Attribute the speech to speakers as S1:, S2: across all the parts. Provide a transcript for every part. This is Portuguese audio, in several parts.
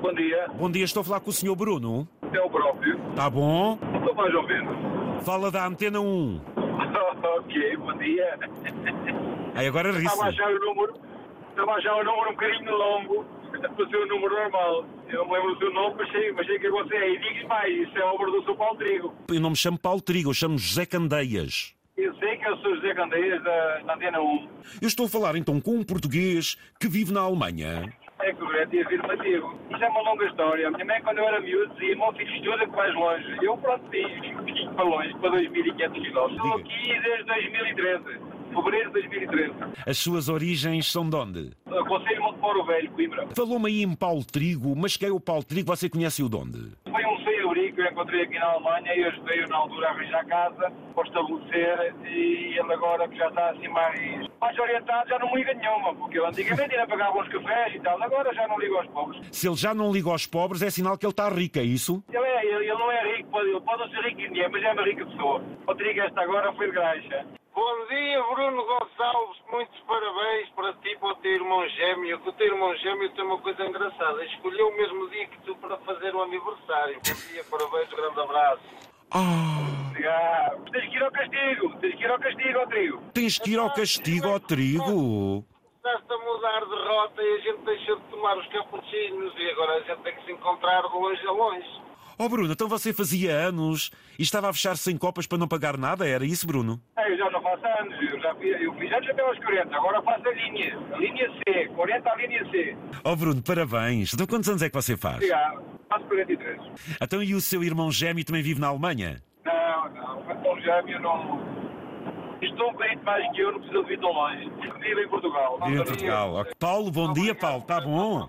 S1: bom dia.
S2: Bom dia, estou a falar com o Sr. Bruno.
S1: É o próprio.
S2: Tá bom?
S1: Estou mais ou menos.
S2: Fala da Antena 1.
S1: ok, bom dia.
S2: Aí agora ri-se.
S1: Estava a achar o número. Estava a achar o número um bocadinho longo para ser o número normal. Eu não me lembro do seu nome, mas sei, mas sei que você é. E digo mais, isso é obra do São Paulo Trigo.
S2: Eu não me chamo Paulo Trigo, eu chamo José Candeias.
S1: Eu sei que eu sou José Candeias da, da Antena 1.
S2: Eu estou a falar então com um português que vive na Alemanha.
S1: É correto e afirmativo. Isso é uma longa história. A minha mãe, quando eu era miúdo, dizia: meu filho, estuda que vais longe. Eu, pronto, fiz, fiz para longe, para 2.500 quilómetros. Estou
S2: Diga.
S1: aqui desde 2013, fevereiro de 2013.
S2: As suas origens são de onde?
S1: Aconselho Monte Moro Velho, Coimbra.
S2: Falou-me aí em Paulo Trigo, mas quem é o Paulo Trigo? Você conhece-o de onde?
S1: Foi um sem-abrigo que eu encontrei aqui na Alemanha e ajudei-o na altura a arranjar casa, para estabelecer, e ele agora que já está assim mais, mais orientado, já não liga nenhuma, porque ele antigamente ainda pagava uns cafés e tal, agora já não liga aos pobres.
S2: Se ele já não liga aos pobres, é sinal que ele está rico, é isso?
S1: Ele, é, ele, ele não é rico, pode, ele pode não ser rico em dinheiro, mas é uma rica pessoa. O trigo esta agora foi de graxa.
S3: Bom dia, Bruno Gonçalves. Muitos parabéns para ti e para o teu irmão gêmeo. Que o teu irmão gêmeo tem uma coisa engraçada. Escolheu o mesmo dia que tu para fazer o aniversário. Bom dia, parabéns, grande abraço.
S2: Ah,
S1: Obrigado. Tens que ir ao castigo, tens que ir ao castigo, ao trigo.
S2: tens que ir ao castigo ao Trigo.
S3: Começaste a mudar de rota e a gente deixou de tomar os capuchinhos e agora a gente tem que se encontrar de longe a longe.
S2: Oh Bruno, então você fazia anos e estava a fechar sem copas para não pagar nada, era isso, Bruno?
S1: Ah, eu já não faço anos, eu já fiz, eu fiz anos até aos 40, agora faço a linha, a linha C, 40 à linha C.
S2: Oh Bruno, parabéns. Então quantos anos é que você faz?
S1: Obrigado. Faço 43.
S2: Então e o seu irmão gêmeo também vive na Alemanha?
S1: Não, não, é tão gêmeo, não... Estou um bocadinho mais que eu, não preciso de vir tão longe. Vivo em Portugal.
S2: Vive em Portugal. Ok. Paulo, bom dia, Paulo. Está bom?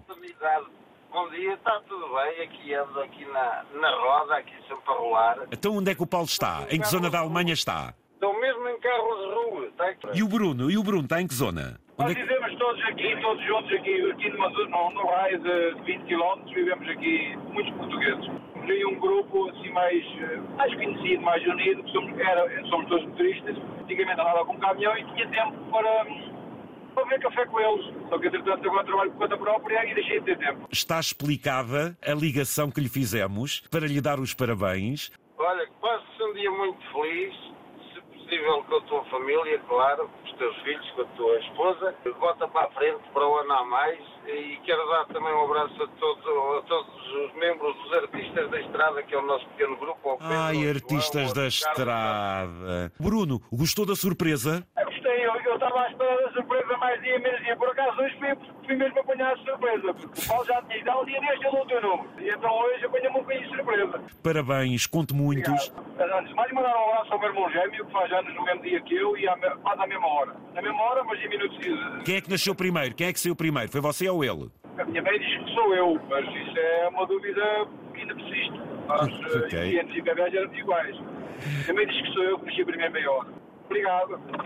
S3: Bom dia, está tudo bem? Aqui ando aqui na, na roda, aqui sempre a rolar.
S2: Então onde é que o Paulo está? Em que zona da Alemanha está?
S3: Estou mesmo em tá? carros de rua, está aqui.
S2: E o Bruno? E o Bruno está em que zona? Onde
S1: Nós
S2: é que...
S1: vivemos todos aqui, todos juntos aqui, aqui numa, num, num raio de 20 km, vivemos aqui muitos portugueses. Criei um grupo assim mais, eh, mais conhecido, mais unido, que somos, era, somos todos motoristas, antigamente andava com um caminhão e tinha tempo para, hum, para beber café com eles. Só que entretanto agora trabalho por conta própria e deixei de ter tempo.
S2: Está explicada a ligação que lhe fizemos para lhe dar os parabéns.
S3: Olha, que passes um dia muito feliz, se possível com a tua família, claro, com os teus filhos, com a tua esposa. Bota para a frente para o ano a mais e quero dar também um abraço a todos, a todos os membros dos Artistas da Estrada, que é o nosso pequeno grupo. ao Pedro, ao
S2: Ai,
S3: João,
S2: artistas
S3: ao
S2: da
S3: Ricardo.
S2: estrada. Bruno, gostou da surpresa?
S1: Eu gostei, eu, eu estava à espera da surpresa mais dia, menos dia. Por acaso hoje fui, fui mesmo apanhar a surpresa, porque o Paulo já tinha ido há um dia desde ele o teu número. E então hoje apanha-me um bocadinho de surpresa. Ah,
S2: Parabéns, conto muitos.
S1: Antes de mais, mandar um abraço ao meu irmão gêmeo, que faz anos no mesmo dia que eu e à, me- quase à mesma hora. Na mesma hora, mas em minutos. de-
S2: Quem é que nasceu primeiro? Quem é que saiu primeiro? Foi você ou ele?
S1: A minha mãe diz que sou eu, mas isso é uma dúvida que ainda persiste. Mas eh,
S2: Ok.
S1: okay. e antes e bebés éramos iguais. A minha mãe diz que sou eu que mexi primeiro meia hora. Obrigado.